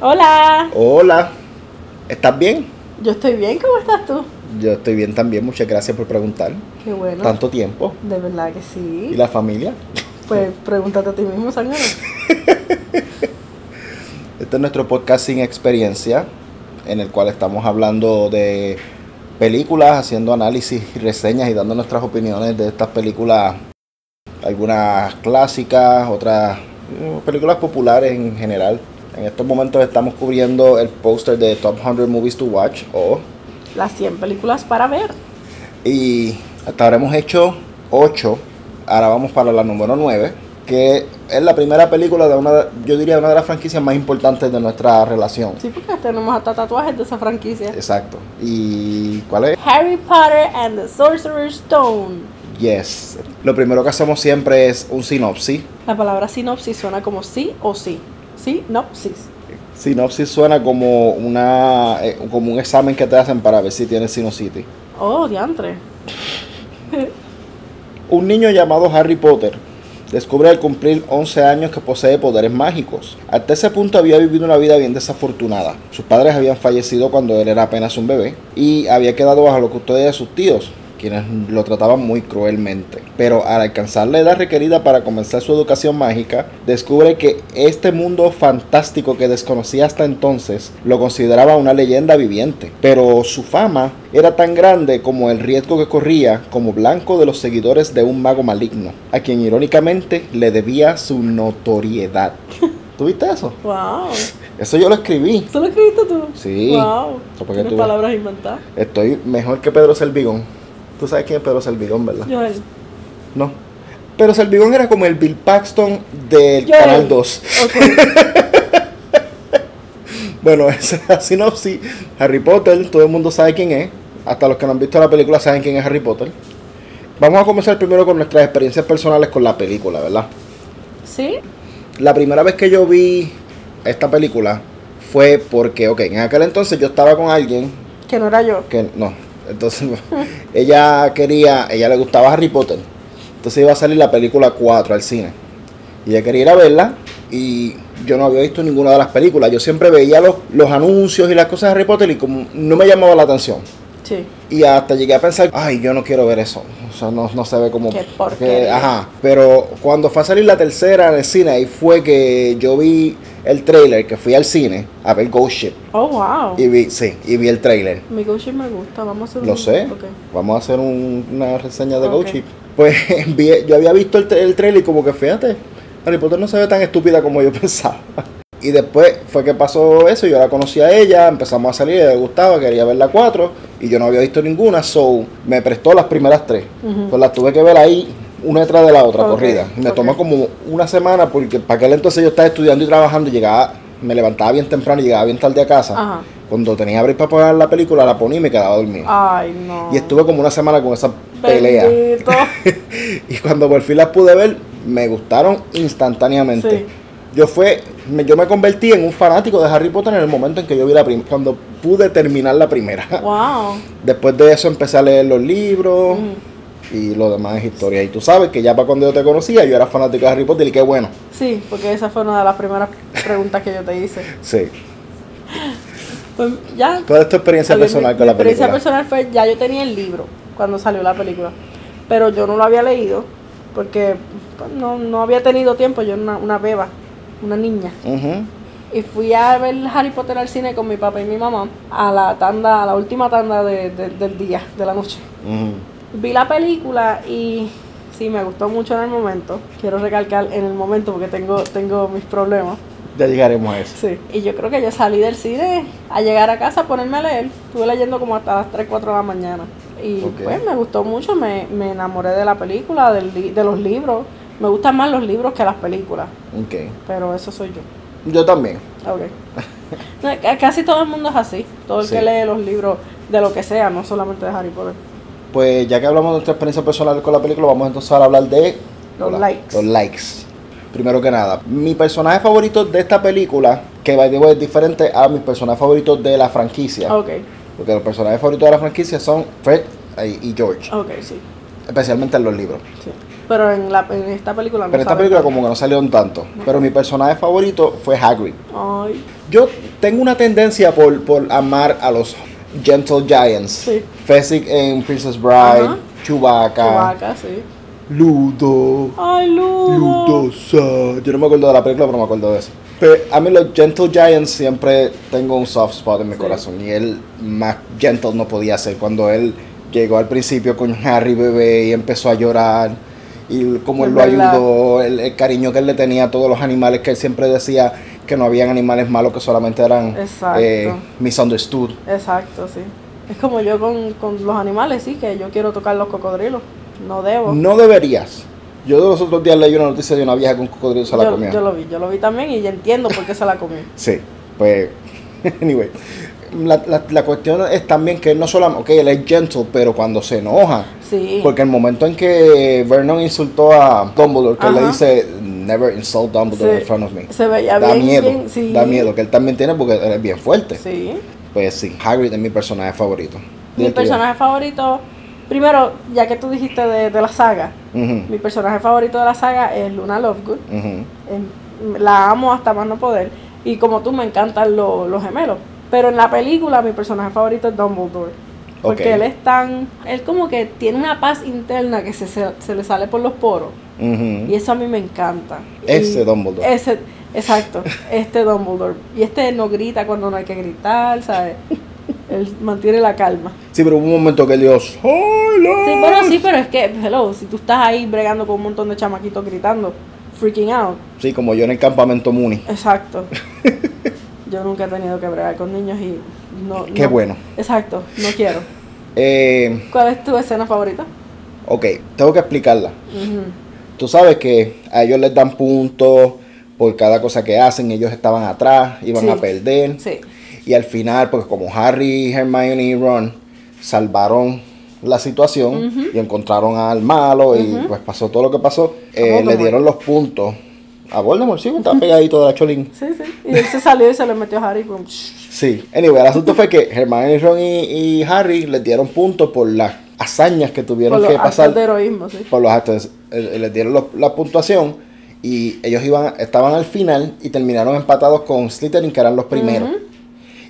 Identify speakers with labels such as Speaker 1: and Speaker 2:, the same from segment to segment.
Speaker 1: Hola,
Speaker 2: Hola, ¿estás bien?
Speaker 1: yo estoy bien, ¿cómo estás tú?
Speaker 2: Yo estoy bien también, muchas gracias por preguntar.
Speaker 1: Qué bueno.
Speaker 2: Tanto tiempo.
Speaker 1: De verdad que
Speaker 2: ¿Y
Speaker 1: sí.
Speaker 2: la familia?
Speaker 1: Pues pregúntate a ti mismo, Sangre.
Speaker 2: Este es nuestro podcast sin experiencia, en el cual estamos hablando de películas, haciendo análisis y reseñas y dando nuestras opiniones de estas películas, algunas clásicas, otras eh, películas populares en general. En estos momentos estamos cubriendo el póster de Top 100 Movies to Watch o
Speaker 1: Las 100 películas para ver.
Speaker 2: Y hasta ahora hemos hecho 8, ahora vamos para la número 9, que es la primera película de una, yo diría, una de las franquicias más importantes de nuestra relación.
Speaker 1: Sí, porque tenemos hasta tatuajes de esa franquicia.
Speaker 2: Exacto. ¿Y cuál es?
Speaker 1: Harry Potter and the Sorcerer's Stone.
Speaker 2: Yes. Lo primero que hacemos siempre es un sinopsis.
Speaker 1: La palabra sinopsis suena como sí o sí. Sinopsis.
Speaker 2: Sinopsis suena como, una, eh, como un examen que te hacen para ver si tienes sinusitis.
Speaker 1: Oh, diantre.
Speaker 2: Un niño llamado Harry Potter descubre al cumplir 11 años que posee poderes mágicos. Hasta ese punto había vivido una vida bien desafortunada. Sus padres habían fallecido cuando él era apenas un bebé y había quedado bajo la custodia de sus tíos, quienes lo trataban muy cruelmente. Pero al alcanzar la edad requerida para comenzar su educación mágica, descubre que este mundo fantástico que desconocía hasta entonces lo consideraba una leyenda viviente. Pero su fama era tan grande como el riesgo que corría como blanco de los seguidores de un mago maligno, a quien irónicamente le debía su notoriedad. ¿Tuviste eso?
Speaker 1: Wow.
Speaker 2: Eso yo lo escribí.
Speaker 1: ¿Eso lo escribiste tú?
Speaker 2: Sí.
Speaker 1: Wow.
Speaker 2: ¿Para qué
Speaker 1: Tienes
Speaker 2: tú ves?
Speaker 1: palabras inventadas.
Speaker 2: Estoy mejor que Pedro Servigón. Tú sabes quién es Pedro Servigón, ¿verdad?
Speaker 1: Joel.
Speaker 2: No. Pero Servigón era como el Bill Paxton del
Speaker 1: Joel.
Speaker 2: Canal 2.
Speaker 1: Ok.
Speaker 2: Bueno, esa es la sinopsis. Harry Potter, todo el mundo sabe quién es. Hasta los que no han visto la película saben quién es Harry Potter. Vamos a comenzar primero con nuestras experiencias personales con la película, ¿verdad?
Speaker 1: ¿Sí?
Speaker 2: La primera vez que yo vi esta película fue porque, ok, en aquel entonces yo estaba con alguien
Speaker 1: Que no era yo.
Speaker 2: que no. Entonces, ella quería, ella le gustaba Harry Potter. Entonces iba a salir la película 4 al cine. Y ella quería ir a verla. Y yo no había visto ninguna de las películas. Yo siempre veía los, los anuncios y las cosas de Harry Potter y como no me llamaba la atención.
Speaker 1: Sí.
Speaker 2: Y hasta llegué a pensar, ay, yo no quiero ver eso. O sea, no, no se ve como...
Speaker 1: Qué porquería.
Speaker 2: porque Ajá. Pero cuando fue a salir la tercera en el cine, ahí fue que yo vi el trailer, que fui al cine a ver Ghost Ship.
Speaker 1: Oh, wow.
Speaker 2: Y vi, sí, y vi el trailer.
Speaker 1: Mi Gucci me gusta, vamos a hacer
Speaker 2: Lo
Speaker 1: un-
Speaker 2: sé.
Speaker 1: Ok.
Speaker 2: Vamos a hacer un- una reseña de
Speaker 1: Ok.
Speaker 2: Go Chip. Pues vi- yo había visto el, tra- el trailer y como que fíjate, Harry Potter no se ve tan estúpida como yo pensaba. Y después fue que pasó eso, yo la conocí a ella, empezamos a salir, le gustaba, quería ver la 4 y yo no había visto ninguna, so me prestó las primeras tres.
Speaker 1: Ujú.
Speaker 2: Pues las tuve que ver ahí una detrás de la otra
Speaker 1: Ok,
Speaker 2: corrida. Y me
Speaker 1: ok.
Speaker 2: tomó como una semana porque para aquel entonces yo estaba estudiando y trabajando y llegaba, me levantaba bien temprano y llegaba bien tarde a casa.
Speaker 1: Ajá.
Speaker 2: Cuando tenía abrir para pagar la película, la ponía y me quedaba dormido.
Speaker 1: Ay, no.
Speaker 2: Y estuve como una semana con esa pelea.
Speaker 1: Bendito.
Speaker 2: Y cuando por fin las pude ver, me gustaron instantáneamente.
Speaker 1: Sí.
Speaker 2: Yo fue, me- yo me convertí en un fanático de Harry Potter en el momento en que yo vi la primera, cuando pude terminar la primera.
Speaker 1: wow.
Speaker 2: Después de eso empecé a leer los libros
Speaker 1: Ujú. Mm.
Speaker 2: y lo demás es historia. Y tú sabes que ya para cuando yo te conocía, yo era fanático de Harry Potter y qué bueno.
Speaker 1: Sí, porque esa fue una de las primeras preguntas que yo te hice.
Speaker 2: Sí.
Speaker 1: Pues ya.
Speaker 2: ¿Cuál es tu experiencia
Speaker 1: mi-
Speaker 2: personal
Speaker 1: mi
Speaker 2: con la
Speaker 1: experiencia
Speaker 2: película?
Speaker 1: personal fue, ya yo tenía el libro cuando salió la película, pero yo no lo había leído porque pues, no, no había tenido tiempo, yo era una, una beba, una niña.
Speaker 2: Ujú.
Speaker 1: Y fui a ver Harry Potter al cine con mi papá y mi mamá a la tanda, a la última tanda de- de- del día, de la noche.
Speaker 2: Ujú.
Speaker 1: Vi la película y sí, me gustó mucho en el momento. Quiero recalcar en el momento porque tengo, tengo mis problemas.
Speaker 2: Ya llegaremos a eso.
Speaker 1: Sí. Y yo creo que yo salí del cine a llegar a casa a ponerme a leer. Estuve leyendo como hasta las 3, 4 de la mañana. Y
Speaker 2: Ok.
Speaker 1: pues me gustó mucho, me, me enamoré de la película, del li- de los libros. Me gustan más los libros que las películas,
Speaker 2: Ok.
Speaker 1: pero eso soy yo.
Speaker 2: Yo también.
Speaker 1: Ok. No, c- Casi todo el mundo es así. Todo el
Speaker 2: Sí.
Speaker 1: que lee los libros de lo que sea, no solamente de Harry Potter.
Speaker 2: Pues ya que hablamos de nuestra experiencia personal con la película, vamos entonces ahora a hablar de
Speaker 1: Los
Speaker 2: hola,
Speaker 1: likes.
Speaker 2: los likes. Primero que nada, mi personaje favorito de esta película, que by the way es diferente a mis personajes favoritos de la franquicia,
Speaker 1: Ok,
Speaker 2: porque los personajes favoritos de la franquicia son Fred eh, y George,
Speaker 1: ok, sí.
Speaker 2: especialmente en los libros.
Speaker 1: Sí. Pero en, la, en esta película no
Speaker 2: Pero en esta
Speaker 1: saben
Speaker 2: película como que no salieron tanto, pero mi personaje favorito fue Hagrid.
Speaker 1: tanto. Ay,
Speaker 2: Yo tengo una tendencia por, por amar a los Gentle Giants.
Speaker 1: Sí.
Speaker 2: Fezzik en Princess Bride,
Speaker 1: Ajá.
Speaker 2: Chewbacca,
Speaker 1: Chewbacca, sí.
Speaker 2: Ludo,
Speaker 1: Ay, Ludo.
Speaker 2: Ludosa. Yo no me acuerdo de la película, pero me acuerdo de eso. Pero a mí los Gentle Giants siempre tengo un soft spot en mi
Speaker 1: Sí.
Speaker 2: corazón. Y él más gentle no podía ser. Cuando él llegó al principio con Harry bebé y empezó a llorar. Y como
Speaker 1: Es
Speaker 2: él lo
Speaker 1: verdad.
Speaker 2: ayudó, el, el cariño que él le tenía a todos los animales, que él siempre decía que no habían animales malos, que solamente eran
Speaker 1: Exacto.
Speaker 2: eh, misunderstood.
Speaker 1: Exacto, sí. Es como yo con, con los animales, sí, que yo quiero tocar los cocodrilos. No debo.
Speaker 2: No deberías. Yo de los otros días leí una noticia de una vieja con cocodrilo se la
Speaker 1: yo,
Speaker 2: comió.
Speaker 1: yo lo vi, yo lo vi también y ya entiendo por qué se la comió.
Speaker 2: Sí, pues, anyway. La, la- la cuestión es también que él no solamente, ok, él es gentle, pero cuando se enoja,
Speaker 1: Sí.
Speaker 2: porque el momento en que Vernon insultó a Dumbledore, que él le
Speaker 1: Ajá.
Speaker 2: dice, never insult Dumbledore
Speaker 1: Sí.
Speaker 2: in front of me,
Speaker 1: se veía
Speaker 2: da
Speaker 1: bien.
Speaker 2: miedo,
Speaker 1: bien- sí.
Speaker 2: da miedo, que él también tiene porque él es bien fuerte.
Speaker 1: Sí.
Speaker 2: Pues sí, Hagrid es mi personaje favorito.
Speaker 1: Mi personaje favorito, primero, ya que tú dijiste de, de la saga, mi personaje favorito de la saga es Luna Lovegood. Em, La amo hasta más no poder. Y como tú, me encantan lo- los gemelos. Pero en la película, mi personaje favorito es Dumbledore. Porque
Speaker 2: Ok.
Speaker 1: él es tan. Él como que tiene una paz interna que se, se, se le sale por los poros. Y eso a mí me encanta.
Speaker 2: Ese
Speaker 1: Y
Speaker 2: Dumbledore.
Speaker 1: Ese, exacto, este Dumbledore. Y este no grita cuando no hay que gritar, ¿sabes? Él mantiene la calma.
Speaker 2: Sí, pero hubo un momento que él dijo, "Silence".
Speaker 1: Sí, bueno, sí, pero es que, hello, si tú estás ahí bregando con un montón de chamaquitos gritando, freaking out.
Speaker 2: Sí, como yo en el campamento Mooney.
Speaker 1: Exacto. Yo nunca he tenido que bregar con niños y no.
Speaker 2: Qué
Speaker 1: no-
Speaker 2: bueno.
Speaker 1: Exacto, no quiero.
Speaker 2: Eh,
Speaker 1: ¿Cuál es tu escena favorita?
Speaker 2: ok, tengo que explicarla.
Speaker 1: Ujú.
Speaker 2: Tú sabes que a ellos les dan puntos por cada cosa que hacen, ellos estaban atrás, iban
Speaker 1: Sí.
Speaker 2: a perder.
Speaker 1: Sí,
Speaker 2: Y al final, porque como Harry, Hermione y Ron salvaron la situación y encontraron al malo y pues pasó todo lo que pasó, eh, le
Speaker 1: Voldemort.
Speaker 2: dieron los puntos. A Voldemort, sí, estaba pegadito de la cholín.
Speaker 1: sí, sí. Y él se salió y se le metió a Harry con.
Speaker 2: Sí. Anyway, el asunto fue que Hermione, Ron y, y Harry les dieron puntos por las hazañas que tuvieron
Speaker 1: Por los
Speaker 2: que pasar.
Speaker 1: actos de heroísmo, sí.
Speaker 2: por Pues los actos. eh, Les dieron los- la puntuación y ellos iban, estaban al final y terminaron empatados con Slytherin, que eran los primeros.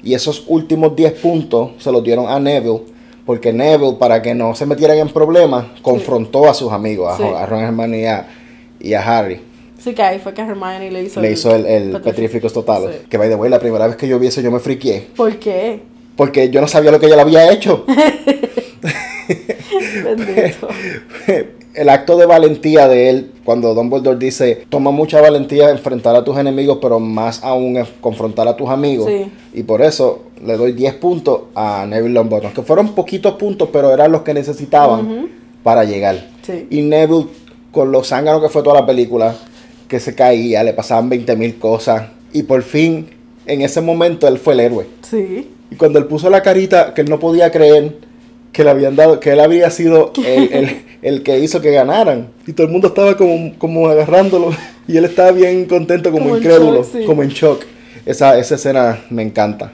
Speaker 2: Y esos últimos 10 puntos se los dieron a Neville, porque Neville, para que no se metieran en problemas, confrontó a sus amigos, a,
Speaker 1: Sí.
Speaker 2: Jo- a Ron Hermione y a, y a Harry.
Speaker 1: Sí, que ahí fue que Hermione le hizo
Speaker 2: Le hizo el, el
Speaker 1: petrifico
Speaker 2: Petrificus Totalus.
Speaker 1: Sí.
Speaker 2: Que, by the way, la primera vez que yo vi eso, yo me friqué.
Speaker 1: ¿Por qué?
Speaker 2: Porque yo no sabía lo que ella le había hecho.
Speaker 1: Bendito.
Speaker 2: el acto de valentía de él cuando Dumbledore dice toma mucha valentía enfrentar a tus enemigos pero más aún es confrontar a tus amigos
Speaker 1: Sí.
Speaker 2: y por eso le doy 10 puntos a Neville Longbottom que fueron poquitos puntos pero eran los que necesitaban para llegar
Speaker 1: Sí.
Speaker 2: y Neville con lo zángano que fue toda la película que se caía le pasaban 20 mil cosas y por fin en ese momento él fue el héroe
Speaker 1: Sí.
Speaker 2: y cuando él puso la carita, que él no podía creer que le habían dado, que él había sido el, el- el que hizo que ganaran. Y todo el mundo estaba como, como agarrándolo. Y él estaba bien contento, como,
Speaker 1: Como en
Speaker 2: incrédulo,
Speaker 1: shock, sí.
Speaker 2: como en shock. Esa, esa escena me encanta.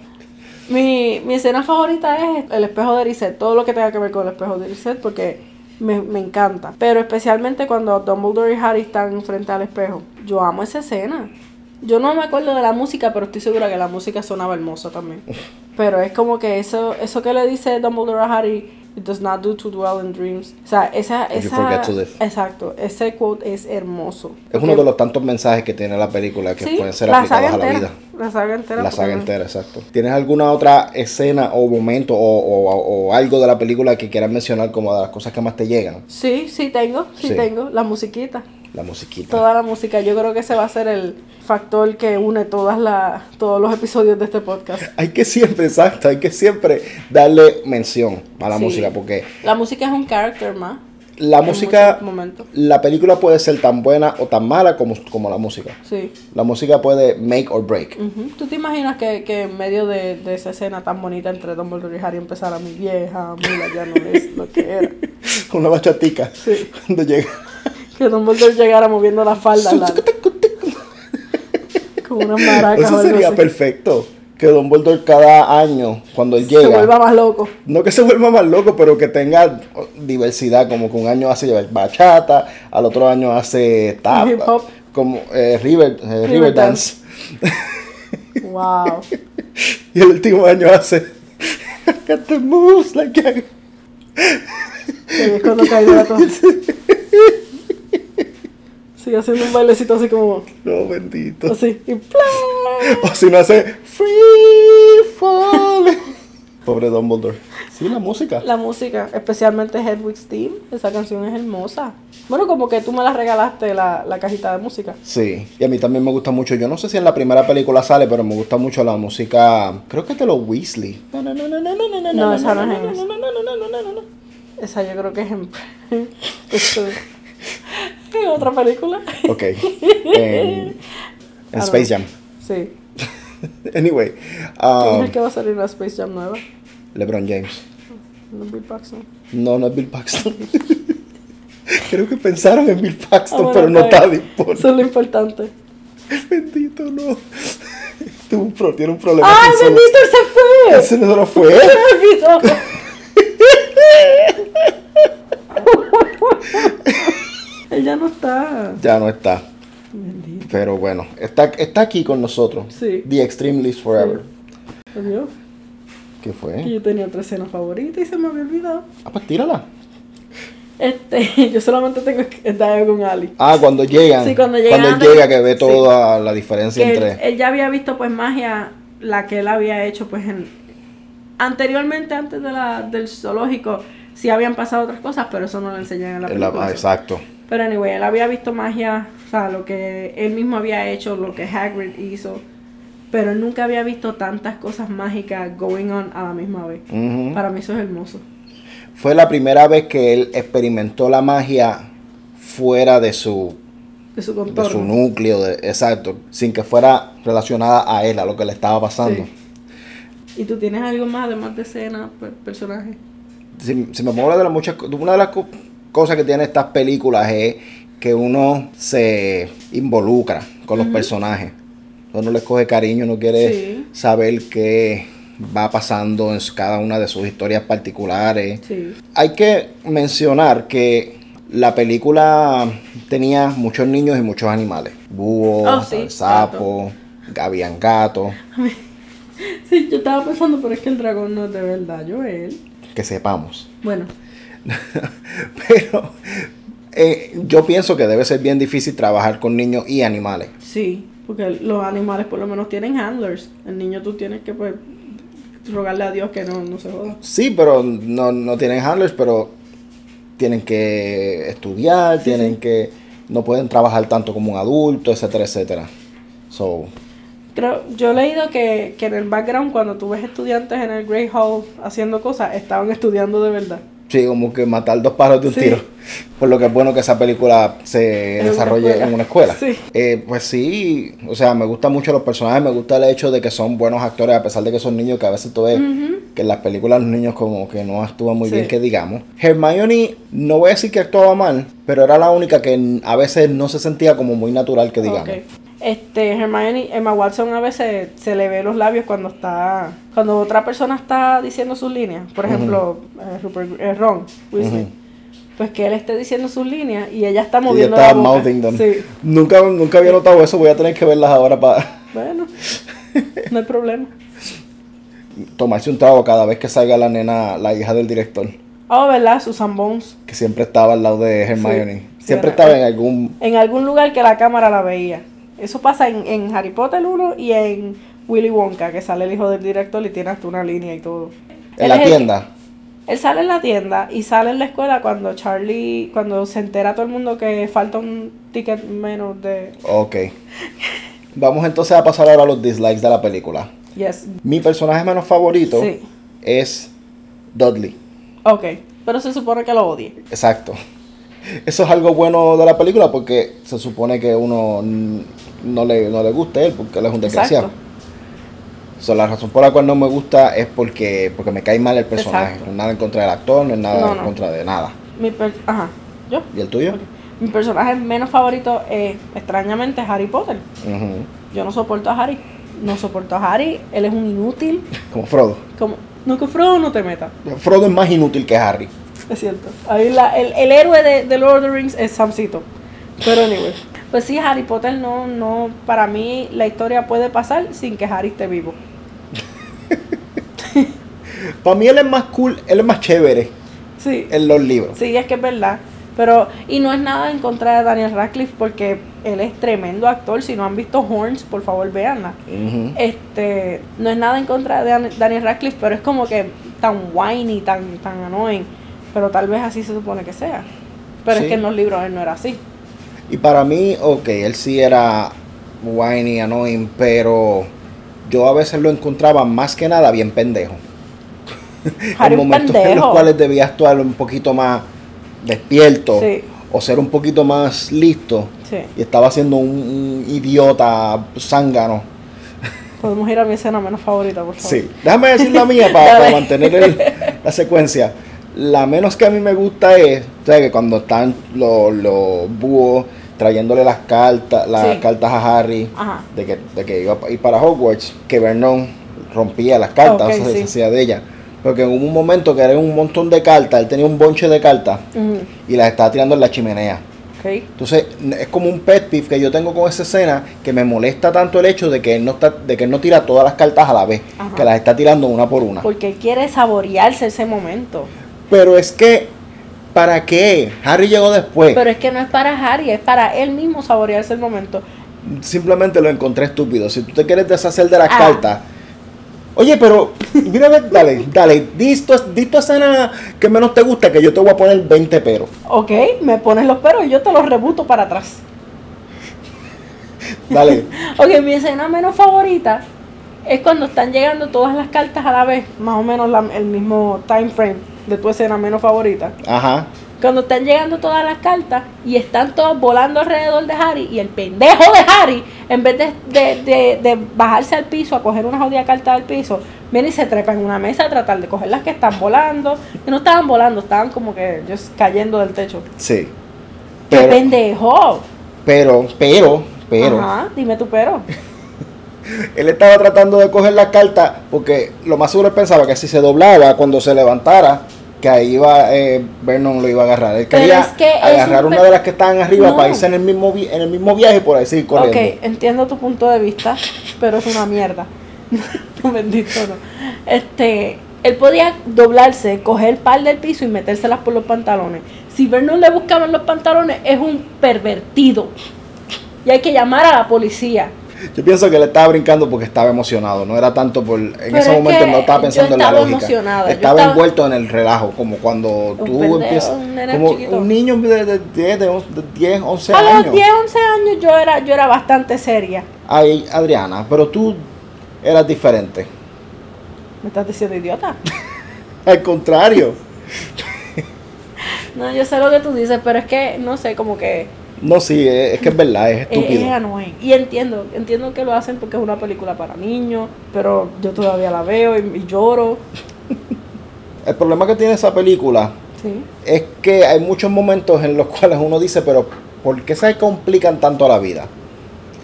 Speaker 1: Mi, mi escena favorita es el espejo de Lisette, todo lo que tenga que ver con el espejo de Lisette, porque me, me encanta. Pero especialmente cuando Dumbledore y Harry están frente al espejo. Yo amo esa escena. Yo no me acuerdo de la música, pero estoy segura que la música sonaba hermosa también. Pero es como que eso, eso que le dice Dumbledore a Harry, it does not do to dwell in dreams. O sea, esa,
Speaker 2: If you
Speaker 1: esa
Speaker 2: forget to live.
Speaker 1: exacto, ese quote es hermoso.
Speaker 2: Es uno de los tantos mensajes que tiene la película que
Speaker 1: Sí,
Speaker 2: pueden ser
Speaker 1: la
Speaker 2: aplicados
Speaker 1: saga
Speaker 2: a la
Speaker 1: entera,
Speaker 2: vida.
Speaker 1: La saga entera.
Speaker 2: La
Speaker 1: porque
Speaker 2: saga
Speaker 1: me-
Speaker 2: entera, exacto. ¿Tienes alguna otra escena o momento o, o- o algo de la película que quieras mencionar como de las cosas que más te llegan?
Speaker 1: Sí, sí tengo, sí,
Speaker 2: Sí.
Speaker 1: tengo. La musiquita,
Speaker 2: La musiquita.
Speaker 1: toda la música. Yo creo que ese va a ser el factor que une todas la, todos los episodios de este podcast.
Speaker 2: Hay que siempre, exacto, hay que siempre darle mención a la
Speaker 1: Sí.
Speaker 2: música, porque
Speaker 1: La música es un character más.
Speaker 2: la
Speaker 1: en
Speaker 2: música,
Speaker 1: muchos momentos.
Speaker 2: la película puede ser tan buena o tan mala como, como la música.
Speaker 1: Sí.
Speaker 2: La música puede make or break.
Speaker 1: Ujú. ¿Tú te imaginas que, que en medio de, de esa escena tan bonita entre Dumbledore y Harry empezara mi vieja, mira, ya no es lo que era?
Speaker 2: Con una bachatica,
Speaker 1: Sí.
Speaker 2: cuando llega.
Speaker 1: Que Dumbledore llegara moviendo la falda la- con unas maracas o
Speaker 2: Eso
Speaker 1: algo
Speaker 2: sería
Speaker 1: así.
Speaker 2: perfecto. Que Don Dumbledore cada año, cuando él llega,
Speaker 1: Se vuelva más loco.
Speaker 2: no que se vuelva más loco, pero que tenga diversidad, como que un año hace bachata, al otro año hace tap,
Speaker 1: Hip hop.
Speaker 2: como eh, river, eh, river
Speaker 1: River
Speaker 2: dance.
Speaker 1: Wow.
Speaker 2: Y el último año hace. I got the moves like I-
Speaker 1: Que es cuando cae de la torre. Sigue haciendo un bailecito así como.
Speaker 2: No, bendito.
Speaker 1: Así. Y ¡plá!
Speaker 2: O si no hace. Free fall. Pobre Dumbledore. Sí, la música.
Speaker 1: La música, especialmente Hedwig's Theme, esa canción es hermosa. Bueno, como que tú me la regalaste, la, la cajita de música.
Speaker 2: Sí, y a mí también me gusta mucho. Yo no sé si en la primera película sale, pero me gusta mucho la música. Creo que es de los Weasley.
Speaker 1: No, esa no es en Esa yo creo que es en. Eso- ¿En otra película?
Speaker 2: Ok. En, en Space Jam.
Speaker 1: Sí.
Speaker 2: Anyway,
Speaker 1: ¿Quién es
Speaker 2: um,
Speaker 1: el que va a salir en la Space Jam nueva?
Speaker 2: LeBron James.
Speaker 1: No, Bill Paxton.
Speaker 2: No, no es Bill Paxton. Creo que pensaron en Bill Paxton,
Speaker 1: Ah, bueno,
Speaker 2: pero no está
Speaker 1: bien. Eso
Speaker 2: disponible.
Speaker 1: es lo importante.
Speaker 2: Bendito, no. Tuvo un pro- tiene un problema.
Speaker 1: ¡Ay,
Speaker 2: con su-
Speaker 1: bendito, él se fue!
Speaker 2: Ese no lo fue.
Speaker 1: Se me olvidó. Él ya no está.
Speaker 2: Ya no está.
Speaker 1: Bendito.
Speaker 2: Pero bueno, está, está aquí con nosotros.
Speaker 1: Sí.
Speaker 2: The Extreme Lives Forever.
Speaker 1: Adiós.
Speaker 2: ¿Qué
Speaker 1: Que
Speaker 2: fue?
Speaker 1: yo tenía otra escena favorita y se me había olvidado.
Speaker 2: Ah, pues tírala.
Speaker 1: Este, yo solamente tengo que estar con Ali.
Speaker 2: Ah, cuando llegan.
Speaker 1: Sí, cuando llegan
Speaker 2: Cuando
Speaker 1: antes-
Speaker 2: él llega que ve
Speaker 1: sí.
Speaker 2: toda la diferencia
Speaker 1: Que él,
Speaker 2: entre...
Speaker 1: él ya había visto pues magia, la que él había hecho pues en... Anteriormente, antes de la, del zoológico, sí habían pasado otras cosas, pero eso no lo enseñan en la
Speaker 2: en la-
Speaker 1: película.
Speaker 2: ah, exacto.
Speaker 1: Pero anyway, él había visto magia, o sea, lo que él mismo había hecho, lo que Hagrid hizo, pero él nunca había visto tantas cosas mágicas going on a la misma vez.
Speaker 2: Ujú.
Speaker 1: Para mí eso es hermoso.
Speaker 2: Fue la primera vez que él experimentó la magia fuera de su,
Speaker 1: De su
Speaker 2: de
Speaker 1: contorno.
Speaker 2: su núcleo, de- exacto, sin que fuera relacionada a él, a lo que le estaba pasando.
Speaker 1: ¿Y tú tienes algo más además de escena, per- personaje?
Speaker 2: Si, si me pongo a hablar de las muchas co- una de las co- cosas que tienen estas películas es que uno se involucra con los personajes. Uno les coge cariño, uno quiere
Speaker 1: Sí.
Speaker 2: saber qué va pasando en s- cada una de sus historias particulares.
Speaker 1: Sí.
Speaker 2: Hay que mencionar que la película tenía muchos niños y muchos animales. Búho,
Speaker 1: Oh, sí,
Speaker 2: sapo, gavián gato,
Speaker 1: Sí, yo estaba pensando, pero es que el dragón no es de verdad, Joel.
Speaker 2: que sepamos.
Speaker 1: Bueno,
Speaker 2: Pero eh, yo pienso que debe ser bien difícil trabajar con niños y animales.
Speaker 1: sí, porque los animales por lo menos tienen handlers. El niño tú tienes que, pues, rogarle a Dios que no, no se joda.
Speaker 2: Sí, pero no, no tienen handlers, pero tienen que estudiar, tienen que... No pueden trabajar tanto como un adulto, etcétera, etcétera. So,
Speaker 1: Creo, yo he leído que, que en el background, cuando tú ves estudiantes en el Great Hall haciendo cosas, estaban estudiando de verdad.
Speaker 2: sí, como que matar dos pájaros de un
Speaker 1: Sí.
Speaker 2: tiro. Por lo que es bueno que esa película se
Speaker 1: En una
Speaker 2: desarrolle
Speaker 1: escuela.
Speaker 2: en una escuela.
Speaker 1: Sí.
Speaker 2: Eh, pues sí, o sea, me gustan mucho los personajes, me gusta el hecho de que son buenos actores, a pesar de que son niños, que a veces tú ves que en las películas los niños como que no actúan muy
Speaker 1: Sí.
Speaker 2: bien, que digamos. Hermione, no voy a decir que actuaba mal, pero era la única que n- a veces no se sentía como muy natural, que digamos.
Speaker 1: Ok. Este, Hermione, Emma Watson a veces se le ve los labios cuando está, cuando otra persona está diciendo sus líneas. Por ejemplo, eh, Rupert- eh, Ron Weasley. Pues que él esté diciendo sus líneas y ella está
Speaker 2: Ella
Speaker 1: moviendo
Speaker 2: estaba
Speaker 1: la boca.
Speaker 2: mouthing them.
Speaker 1: Sí.
Speaker 2: Nunca, nunca había notado eso, voy a tener que verlas ahora para
Speaker 1: Bueno, no hay problema.
Speaker 2: tomarse un trago cada vez que salga la nena, la hija del director.
Speaker 1: Oh, ¿verdad? Susan Bones.
Speaker 2: que siempre estaba al lado de Hermione.
Speaker 1: Sí,
Speaker 2: siempre
Speaker 1: era-
Speaker 2: estaba en algún...
Speaker 1: En algún lugar que la cámara la veía. Eso pasa en, en Harry Potter 1 y en Willy Wonka, que sale el hijo del director y tiene hasta una línea y todo. Él
Speaker 2: En
Speaker 1: es
Speaker 2: la
Speaker 1: el-
Speaker 2: tienda.
Speaker 1: Él sale en la tienda y sale en la escuela cuando Charlie, cuando se entera todo el mundo que falta un ticket menos de...
Speaker 2: Ok. Vamos entonces a pasar ahora a los dislikes de la película.
Speaker 1: Yes.
Speaker 2: Mi personaje menos favorito
Speaker 1: Sí.
Speaker 2: es Dudley.
Speaker 1: Ok. Pero se supone que lo odie.
Speaker 2: Exacto. Eso es algo bueno de la película porque se supone que uno mm, no le, no le gusta él porque él es un desgraciado.
Speaker 1: Exacto.
Speaker 2: So, la razón por la cual no me gusta es porque, porque me cae mal el personaje.
Speaker 1: Exacto.
Speaker 2: No es nada en contra del actor, no es nada
Speaker 1: No,
Speaker 2: en
Speaker 1: no.
Speaker 2: contra de nada.
Speaker 1: Mi per- Ajá. ¿Yo?
Speaker 2: ¿Y el tuyo?
Speaker 1: Mi personaje menos favorito es, extrañamente, Harry Potter.
Speaker 2: Ujú.
Speaker 1: Yo no soporto a Harry. No soporto a Harry. Él es un inútil.
Speaker 2: Como Frodo.
Speaker 1: Como... No, que Frodo no te meta.
Speaker 2: Frodo es más inútil que Harry.
Speaker 1: Es cierto. Ahí la- el, el héroe de, de Lord of the Rings es Samcito. Pero anyway. Pues sí, Harry Potter no, no, para mí la historia puede pasar sin que Harry esté vivo.
Speaker 2: Para mí él es más cool, él es más chévere
Speaker 1: Sí.
Speaker 2: en los libros.
Speaker 1: Sí, es que es verdad. Pero, y no es nada en contra de Daniel Radcliffe porque él es tremendo actor. Si no han visto Horns, por favor, véanla.
Speaker 2: Ujú.
Speaker 1: Este, no es nada en contra de Dan- Daniel Radcliffe, pero es como que tan whiny, tan, tan annoying. Pero tal vez así se supone que sea. Pero
Speaker 2: Sí.
Speaker 1: es que en los libros él no era así.
Speaker 2: Y para mí, ok, él sí era whiny, annoying, pero yo a veces lo encontraba más que nada bien pendejo.
Speaker 1: Harry
Speaker 2: Hay
Speaker 1: un
Speaker 2: momentos en los
Speaker 1: pendejo.
Speaker 2: cuales debía actuar un poquito más despierto
Speaker 1: Sí.
Speaker 2: o ser un poquito más listo.
Speaker 1: Sí.
Speaker 2: Y estaba siendo un, un idiota zángano.
Speaker 1: Podemos ir a mi escena menos favorita, por favor.
Speaker 2: Sí. Déjame decir la mía para,
Speaker 1: Dale.
Speaker 2: mantener el- la secuencia. La menos que a mí me gusta es, o sea, que cuando están los, los búhos trayéndole las cartas, las
Speaker 1: Sí.
Speaker 2: cartas a Harry
Speaker 1: Ajá.
Speaker 2: de que, de que iba a ir para Hogwarts, que Vernon rompía las cartas,
Speaker 1: Ok,
Speaker 2: o sea, se
Speaker 1: sí.
Speaker 2: deshacía de ellas. Porque en un momento que era un montón de cartas, él tenía un bonche de cartas
Speaker 1: Ujú.
Speaker 2: y las estaba tirando en la chimenea.
Speaker 1: Ok.
Speaker 2: Entonces, n- es como un pet peeve que yo tengo con esa escena que me molesta tanto el hecho de que él no está, de que él no tira todas las cartas a la vez,
Speaker 1: Ajá.
Speaker 2: que las está tirando una por una.
Speaker 1: Porque quiere saborearse ese momento.
Speaker 2: Pero es que, ¿para qué? Harry llegó después.
Speaker 1: Pero es que no es para Harry, es para él mismo saborearse el momento.
Speaker 2: Simplemente lo encontré estúpido. Si tú te quieres deshacer de las
Speaker 1: Ah.
Speaker 2: cartas. Oye, pero mira, ve- dale, dale, di tu, di tu escena que menos te gusta, que yo te voy a poner 20 pero.
Speaker 1: Ok, me pones los peros y yo te los rebuto para atrás.
Speaker 2: Dale.
Speaker 1: Ok, mi escena menos favorita es cuando están llegando todas las cartas a la vez, más o menos la- el mismo time frame de tu escena menos favorita.
Speaker 2: Ajá.
Speaker 1: Cuando están llegando todas las cartas y están todas volando alrededor de Harry y el pendejo de Harry, en vez de, de- de- de bajarse al piso a coger una jodida carta del piso, viene y se trepa en una mesa a tratar de coger las que están volando. Que no estaban volando, estaban como que just cayendo del techo.
Speaker 2: Sí.
Speaker 1: ¡Qué
Speaker 2: Pero,
Speaker 1: pendejo!
Speaker 2: pero, pero, pero.
Speaker 1: Ajá, dime tu pero.
Speaker 2: Él estaba tratando de coger las cartas porque lo más seguro él pensaba que si se doblaba cuando se levantara, que ahí iba, eh, Vernon lo iba a agarrar. Él
Speaker 1: Pero
Speaker 2: quería
Speaker 1: es que es
Speaker 2: agarrar
Speaker 1: un
Speaker 2: una
Speaker 1: pe-
Speaker 2: de las que estaban arriba
Speaker 1: No.
Speaker 2: para irse en el mismo, vi- en el mismo viaje por ahí seguir corriendo.
Speaker 1: Ok, entiendo tu punto de vista, pero es una mierda. no, bendito no. Este, él podía doblarse, coger par del piso y metérselas por los pantalones. Si Vernon le buscaban los pantalones, es un pervertido. Y hay que llamar a la policía.
Speaker 2: Yo pienso que él estaba brincando porque estaba emocionado, no era tanto por... En
Speaker 1: Pero
Speaker 2: ese
Speaker 1: es
Speaker 2: momento
Speaker 1: que
Speaker 2: no estaba
Speaker 1: yo
Speaker 2: pensando en la
Speaker 1: estaba
Speaker 2: lógica.
Speaker 1: emocionada,
Speaker 2: Estaba,
Speaker 1: yo estaba-
Speaker 2: envuelto en el relajo, como cuando tú
Speaker 1: pendejo,
Speaker 2: empiezas...
Speaker 1: un nene
Speaker 2: como
Speaker 1: chiquito.
Speaker 2: un niño de, de 10, de, on- de 10, 11
Speaker 1: a
Speaker 2: años.
Speaker 1: los 10, 11 años yo era, yo era bastante seria.
Speaker 2: Ay, Adriana, pero tú eras diferente.
Speaker 1: ¿Me estás diciendo idiota?
Speaker 2: Al contrario,
Speaker 1: No, yo sé lo que tú dices, pero es que, no sé, como que...
Speaker 2: no, sí, eh, es, es que es verdad, es
Speaker 1: Es,
Speaker 2: estúpido.
Speaker 1: es annoying. Y entiendo, entiendo que lo hacen porque es una película para niños, pero yo todavía la veo y, y lloro.
Speaker 2: El problema que tiene esa película
Speaker 1: Sí.
Speaker 2: es que hay muchos momentos en los cuales uno dice, pero ¿por qué se complican tanto la vida?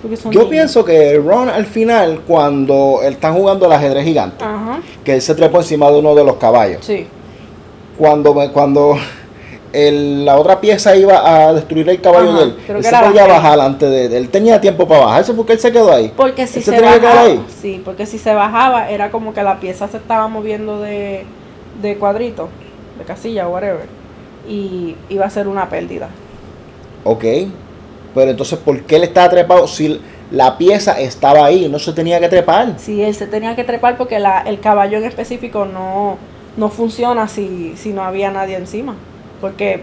Speaker 1: Porque son
Speaker 2: Yo
Speaker 1: niños.
Speaker 2: pienso que Ron al final, cuando él están jugando al ajedrez gigante,
Speaker 1: Ajá.
Speaker 2: que él se trepó encima de uno de los caballos.
Speaker 1: Sí.
Speaker 2: Cuando, me- cuando el- la otra pieza iba a destruir el caballo
Speaker 1: Ajá,
Speaker 2: de él,
Speaker 1: creo
Speaker 2: él
Speaker 1: que
Speaker 2: se
Speaker 1: era
Speaker 2: podía
Speaker 1: la-
Speaker 2: bajar antes de él. Él tenía tiempo para bajarse porque él se quedó ahí.
Speaker 1: Porque si
Speaker 2: ¿Él se
Speaker 1: se
Speaker 2: tenía que quedar
Speaker 1: bajaba.
Speaker 2: ahí?
Speaker 1: Sí, porque si se bajaba era como que la pieza se estaba moviendo de, de cuadrito, de casilla, whatever. Y iba a ser una pérdida.
Speaker 2: Ok, pero entonces, ¿por qué él estaba trepado si la pieza estaba ahí? No se tenía que trepar.
Speaker 1: Si él se tenía que trepar porque la, el caballo en específico no, no funciona si, si no había nadie encima. Porque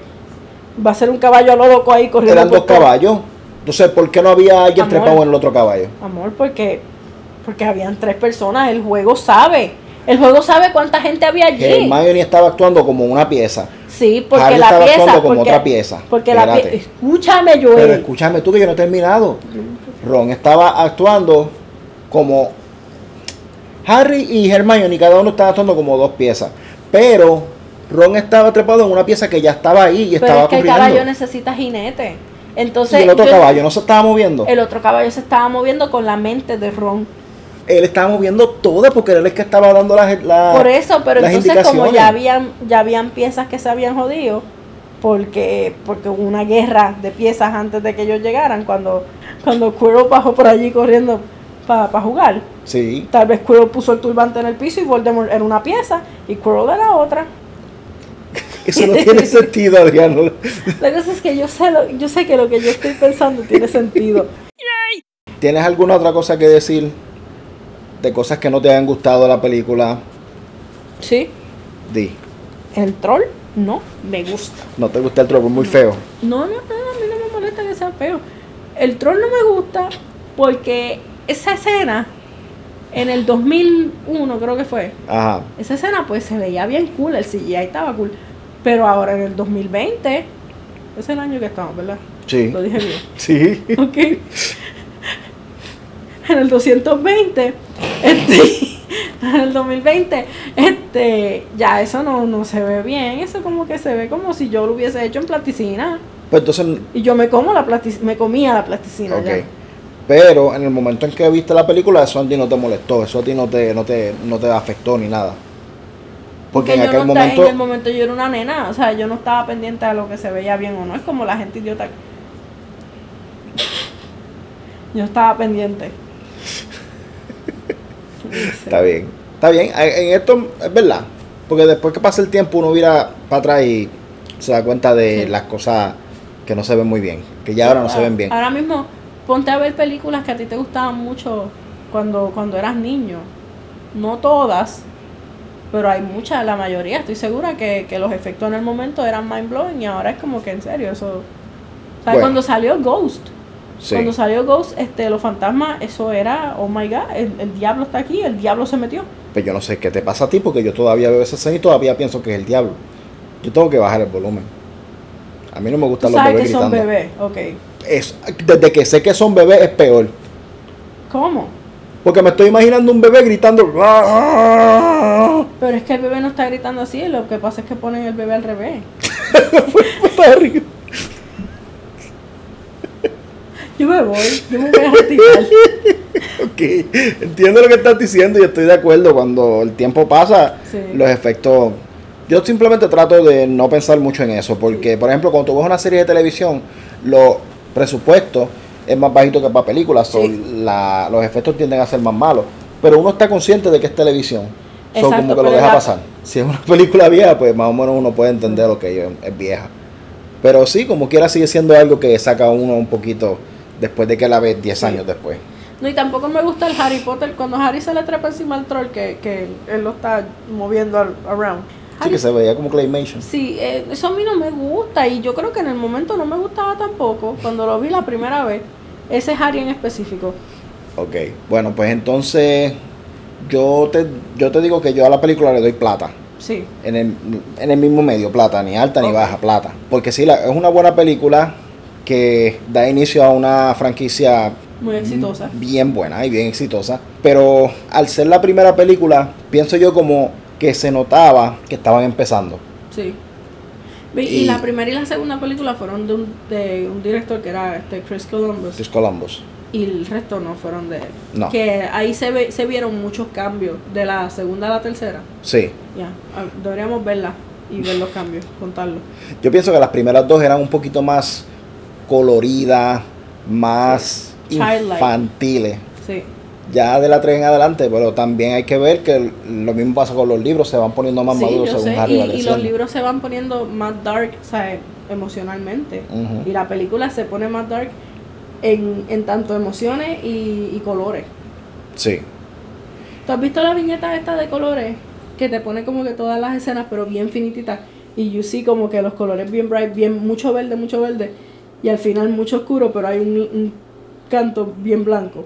Speaker 1: va a ser un caballo a lo loco ahí corriendo.
Speaker 2: Eran
Speaker 1: por
Speaker 2: dos
Speaker 1: todo.
Speaker 2: caballos. Entonces, ¿por qué no había alguien
Speaker 1: Amor.
Speaker 2: trepado en el otro caballo?
Speaker 1: Amor, porque, porque habían tres personas. El juego sabe. El juego sabe cuánta gente había allí.
Speaker 2: Hermione estaba actuando como una pieza.
Speaker 1: sí, porque
Speaker 2: Harry
Speaker 1: la
Speaker 2: estaba
Speaker 1: pieza.
Speaker 2: actuando como
Speaker 1: porque,
Speaker 2: otra pieza.
Speaker 1: Porque la pieza.
Speaker 2: Espérate.
Speaker 1: Escúchame, Joel.
Speaker 2: Pero escúchame tú que yo no he terminado. Ron estaba actuando como Harry y Hermione, cada uno estaba actuando como dos piezas. Pero Ron estaba trepado en una pieza que ya estaba ahí y
Speaker 1: Pero
Speaker 2: estaba
Speaker 1: es que el
Speaker 2: corriendo.
Speaker 1: caballo necesita jinete. Entonces.
Speaker 2: y el otro
Speaker 1: yo-
Speaker 2: caballo no se estaba moviendo.
Speaker 1: el otro caballo se estaba moviendo con la mente de Ron.
Speaker 2: Él estaba moviendo todo porque él es que estaba dando las la-
Speaker 1: Por eso, pero
Speaker 2: Ah, las
Speaker 1: entonces como ya
Speaker 2: indicaciones.
Speaker 1: habían, ya habían piezas que se habían jodido, porque, porque hubo una guerra de piezas antes de que ellos llegaran, cuando, cuando Quirrell bajó por allí corriendo para jugar.
Speaker 2: Sí.
Speaker 1: Tal vez Quirrell puso el turbante en el piso y Voldemort era una pieza y Quirrell era otra.
Speaker 2: Eso no tiene sentido, Adriano.
Speaker 1: La cosa es que yo sé, lo- yo sé que lo que yo estoy pensando tiene sentido.
Speaker 2: ¿Tienes alguna otra cosa que decir de cosas que no te han gustado de la película?
Speaker 1: Sí,
Speaker 2: Di.
Speaker 1: el troll no me gusta.
Speaker 2: No te gusta el tropo, es muy feo.
Speaker 1: No, no, no, a mí no me molesta que sea feo. El troll no me gusta porque esa escena en el 2001 creo que fue.
Speaker 2: Ajá.
Speaker 1: Esa escena pues se veía bien cool, el CGI estaba cool. Pero ahora en el 2020, ese es el año que estamos, ¿verdad?
Speaker 2: Sí.
Speaker 1: Lo dije bien.
Speaker 2: Sí.
Speaker 1: Ok. En el 220, este, en el 2020, este, ya eso no, no se ve bien, eso como que se ve como si yo lo hubiese hecho en plasticina.
Speaker 2: Pues entonces,
Speaker 1: Y yo me como la plastic- me comía la plasticina
Speaker 2: ok.
Speaker 1: ya.
Speaker 2: Pero en el momento en que viste la película, eso a ti no te molestó, eso a ti no te, no te, no te afectó ni nada. Porque,
Speaker 1: Porque
Speaker 2: en
Speaker 1: yo
Speaker 2: aquel
Speaker 1: no estaba-
Speaker 2: momento,
Speaker 1: en el momento yo era una nena, o sea, yo no estaba pendiente a lo que se veía bien o no, es como la gente idiota. Yo estaba pendiente.
Speaker 2: Está bien. Está bien. En en esto es verdad. Porque después que pasa el tiempo uno mira para atrás y se da cuenta de
Speaker 1: Sí. Ah,
Speaker 2: las cosas que no se ven muy bien. Que ya ahora no se ven bien.
Speaker 1: Ahora mismo, ponte a ver películas que a ti te gustaban mucho cuando, cuando eras niño. No todas, pero hay muchas, la mayoría. Estoy segura que, que los efectos en el momento eran mind blowing y ahora es como que en serio eso. O sea,
Speaker 2: Bueno.
Speaker 1: cuando salió Ghost,
Speaker 2: Sí.
Speaker 1: cuando salió Ghost, este, los fantasmas, eso era, oh my god, el, el diablo está aquí, el diablo se metió.
Speaker 2: Pero Pues yo no sé qué te pasa a ti porque yo todavía veo esa escena y todavía pienso que es el diablo. Yo tengo que bajar el volumen. A mí no me
Speaker 1: Tú
Speaker 2: gustan los
Speaker 1: sabes
Speaker 2: bebés
Speaker 1: que son
Speaker 2: gritando.
Speaker 1: bebés, ok.
Speaker 2: Es- desde que sé que son bebés es peor.
Speaker 1: ¿Cómo?
Speaker 2: Porque me estoy imaginando un bebé gritando. "Ah".
Speaker 1: Pero es que el bebé no está gritando así, lo que pasa es que ponen el bebé al revés.
Speaker 2: Está horrible.
Speaker 1: Yo me voy, yo me voy a retirar.
Speaker 2: Ok, entiendo lo que estás diciendo y estoy de acuerdo. Cuando el tiempo pasa,
Speaker 1: Sí.
Speaker 2: los efectos. Yo simplemente trato de no pensar mucho en eso, porque, por ejemplo, cuando tú ves una serie de televisión, los presupuestos es más bajito que para películas, so,
Speaker 1: Sí.
Speaker 2: la- los efectos tienden a ser más malos. Pero uno está consciente de que es televisión, so,
Speaker 1: Exacto,
Speaker 2: como que lo
Speaker 1: pero
Speaker 2: deja
Speaker 1: la-
Speaker 2: pasar. Si es una película vieja, pues más o menos uno puede entender lo que es- es vieja. Pero sí, como quiera, sigue siendo algo que saca a uno un poquito después de que la ves 10
Speaker 1: Sí.
Speaker 2: años después.
Speaker 1: No, y tampoco me gusta el Harry Potter cuando Harry se le trepa encima al troll que, que él lo está moviendo al- around.
Speaker 2: Sí,
Speaker 1: Harry-
Speaker 2: que se veía como Claymation.
Speaker 1: Sí, eh, eso a mí no me gusta y yo creo que en el momento no me gustaba tampoco cuando lo vi la primera vez, ese Harry en específico.
Speaker 2: Ok, bueno, pues entonces yo te, yo te digo que yo a la película le doy plata.
Speaker 1: Sí,
Speaker 2: En el, en el mismo medio, plata, ni alta ni
Speaker 1: Ok.
Speaker 2: baja, plata. Porque sí, la- es una buena película que da inicio a una franquicia
Speaker 1: muy exitosa.
Speaker 2: bien buena y bien exitosa. Pero al ser la primera película, pienso yo como que se notaba que estaban empezando.
Speaker 1: Sí. Ve, Y,
Speaker 2: Y-
Speaker 1: la primera y la segunda película fueron de un, de un director que era este Chris Columbus
Speaker 2: Chris Columbus.
Speaker 1: y el resto no fueron de él.
Speaker 2: No.
Speaker 1: Que ahí se, ve, se vieron muchos cambios de la segunda a la tercera.
Speaker 2: Sí.
Speaker 1: Ya, ah, deberíamos verla y ver los cambios, contarlos.
Speaker 2: Yo pienso que las primeras dos eran un poquito más coloridas, más
Speaker 1: Sí. Childlike.
Speaker 2: infantiles.
Speaker 1: Sí,
Speaker 2: Ya de la 3 en adelante, pero también hay que ver que lo mismo pasa con los libros, se van poniendo más
Speaker 1: Sí,
Speaker 2: maduros
Speaker 1: yo
Speaker 2: según
Speaker 1: sé.
Speaker 2: Harry
Speaker 1: Y,
Speaker 2: va
Speaker 1: y
Speaker 2: creciendo.
Speaker 1: los libros se van poniendo más dark, o sea, emocionalmente.
Speaker 2: Ujú.
Speaker 1: Y la película se pone más dark en, en tanto emociones y, y colores.
Speaker 2: Sí,
Speaker 1: ¿Tú has visto la viñeta esta de colores? Que te pone como que todas las escenas, pero bien finititas. Y you see como que los colores bien bright, bien mucho verde, mucho verde. Y al final mucho oscuro, pero hay un, un canto bien blanco.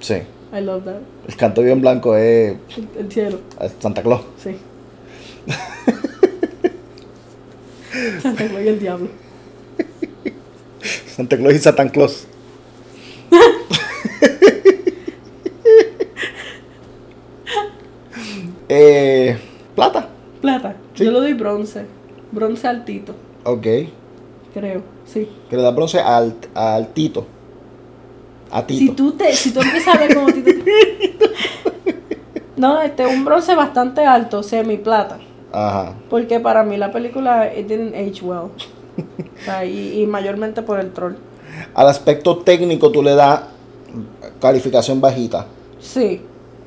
Speaker 2: sí.
Speaker 1: I love that.
Speaker 2: El canto bien blanco es
Speaker 1: El- El cielo,
Speaker 2: Santa Claus.
Speaker 1: sí. Santa Claus y el diablo.
Speaker 2: Santa Claus y Satan Claus. Eh, plata,
Speaker 1: Plata.
Speaker 2: Sí.
Speaker 1: Yo lo doy bronce. Bronce altito,
Speaker 2: ok. Que
Speaker 1: creo. Sí.
Speaker 2: le da bronce al, al Tito. A Tito.
Speaker 1: Si tú te, si tú empiezas a ver como Tito. No, este un bronce bastante alto, semi plata.
Speaker 2: Ajá.
Speaker 1: Porque para mí la película it didn't age well. O sea, y, y mayormente por el troll.
Speaker 2: Al aspecto técnico tú le das Calificación bajita.
Speaker 1: Sí,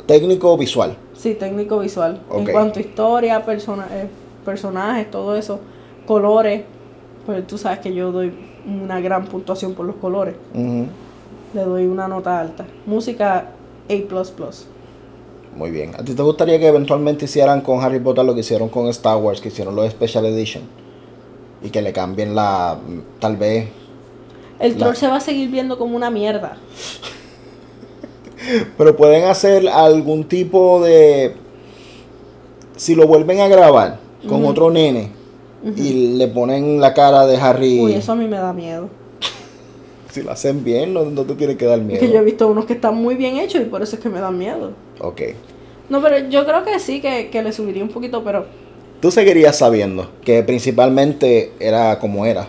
Speaker 2: Técnico o visual.
Speaker 1: sí, técnico visual.
Speaker 2: Ok.
Speaker 1: En cuanto a historia, persona, eh, personajes, todo eso, colores, pues tú sabes que yo doy una gran puntuación por los colores.
Speaker 2: Ujú.
Speaker 1: Le doy una nota alta. Música A.
Speaker 2: Muy bien. ¿A ti te gustaría que eventualmente hicieran con Harry Potter lo que hicieron con Star Wars, que hicieron los Special Edition? Y que le cambien la. Tal vez.
Speaker 1: El
Speaker 2: La-
Speaker 1: troll se va a seguir viendo como una mierda.
Speaker 2: Pero pueden hacer algún tipo de. Si lo vuelven a grabar con
Speaker 1: Ujú.
Speaker 2: otro nene y le ponen la cara de Harry.
Speaker 1: Uy, eso a mí me da miedo.
Speaker 2: Si lo hacen bien, no, no te tiene que dar miedo.
Speaker 1: Que yo he visto unos que están muy bien hechos y por eso es que me dan miedo.
Speaker 2: Ok.
Speaker 1: No, pero yo creo que sí, que, que le subiría un poquito, pero
Speaker 2: Tú seguirías sabiendo que principalmente era como era.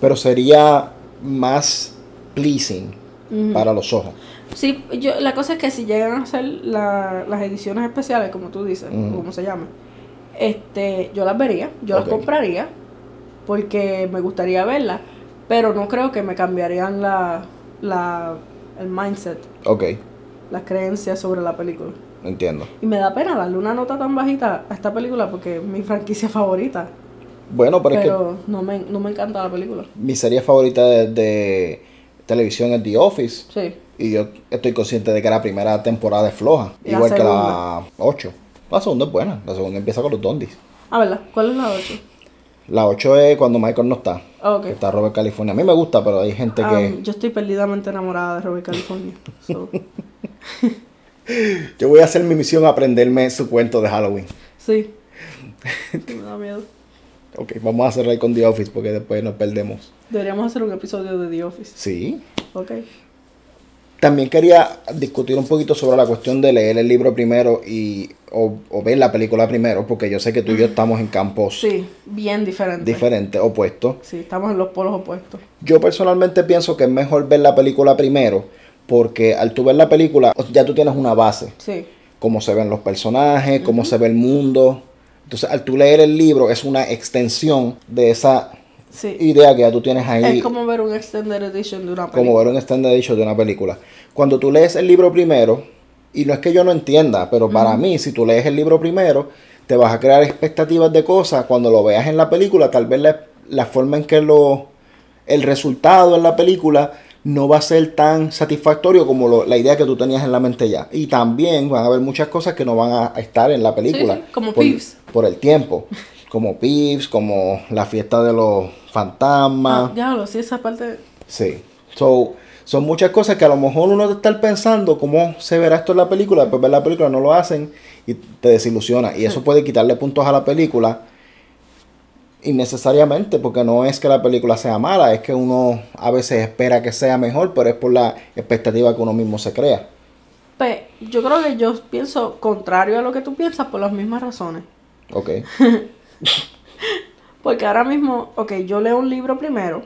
Speaker 2: Pero sería más pleasing
Speaker 1: Ujú.
Speaker 2: para los ojos.
Speaker 1: sí, yo, la cosa es que si llegan a hacer la- las ediciones especiales, como tú dices,
Speaker 2: Ujú.
Speaker 1: como se llama, este, yo las vería, yo
Speaker 2: Ok.
Speaker 1: las compraría, porque me gustaría verlas, pero no creo que me cambiarían la, la, el mindset,
Speaker 2: Ok,
Speaker 1: las creencias sobre la película.
Speaker 2: entiendo.
Speaker 1: Y me da pena darle una nota tan bajita a esta película porque es mi franquicia favorita.
Speaker 2: Bueno, pero, es que
Speaker 1: Pero no, me, no me encanta la película.
Speaker 2: mi serie favorita de, de televisión es The Office.
Speaker 1: Sí.
Speaker 2: Y yo estoy consciente de que la primera temporada es floja.
Speaker 1: La
Speaker 2: igual que la
Speaker 1: segunda.
Speaker 2: 8. La segunda es buena. La segunda empieza con los dondis.
Speaker 1: Ah, ¿verdad? ¿Cuál es la 8?
Speaker 2: La 8 es cuando Michael no está.
Speaker 1: Ah, ok.
Speaker 2: Que está Robert California. A mí me gusta, pero hay gente
Speaker 1: Ah,
Speaker 2: que...
Speaker 1: yo estoy perdidamente enamorada de Robert California. so.
Speaker 2: Yo voy a hacer mi misión aprenderme su cuento de Halloween.
Speaker 1: sí. Me da miedo.
Speaker 2: Ok, vamos a cerrar con The Office porque después nos perdemos.
Speaker 1: Deberíamos hacer un episodio de The Office.
Speaker 2: Sí.
Speaker 1: Ok.
Speaker 2: También quería discutir un poquito sobre la cuestión de leer el libro primero y o, o ver la película primero, porque yo sé que tú y yo estamos en campos
Speaker 1: Sí, bien diferente.
Speaker 2: diferentes, opuestos.
Speaker 1: Sí, estamos en los polos opuestos.
Speaker 2: Yo personalmente pienso que es mejor ver la película primero, porque al tú ver la película ya tú tienes una base,
Speaker 1: Sí.
Speaker 2: cómo se ven los personajes, cómo se ve el mundo. Entonces, al tú leer el libro es una extensión de esa
Speaker 1: Sí.
Speaker 2: idea que ya tú tienes ahí.
Speaker 1: es como ver un extended edition de una
Speaker 2: como
Speaker 1: película.
Speaker 2: ver un standard edition de una película. Cuando tú lees el libro primero, y no es que yo no entienda, pero para mí, si tú lees el libro primero, te vas a crear expectativas de cosas. Cuando lo veas en la película, tal vez la, la forma en que lo, el resultado en la película no va a ser tan satisfactorio como lo- la idea que tú tenías en la mente ya. Y también van a haber muchas cosas que no van a estar en la película.
Speaker 1: sí, como
Speaker 2: por,
Speaker 1: Peeves.
Speaker 2: Por el tiempo. Como Pips, como la fiesta de los fantasmas.
Speaker 1: Ah, ya lo sí, esa parte.
Speaker 2: Sí. So, son muchas cosas que a lo mejor uno debe estar pensando cómo se verá esto en la película, después ver la película no lo hacen y te desilusiona. Y eso puede quitarle puntos a la película innecesariamente, porque no es que la película sea mala, es que uno a veces espera que sea mejor, pero es por la expectativa que uno mismo se crea.
Speaker 1: Pues, yo creo que yo pienso contrario a lo que tú piensas por las mismas razones.
Speaker 2: Ok.
Speaker 1: Porque ahora mismo, ok, yo leo un libro primero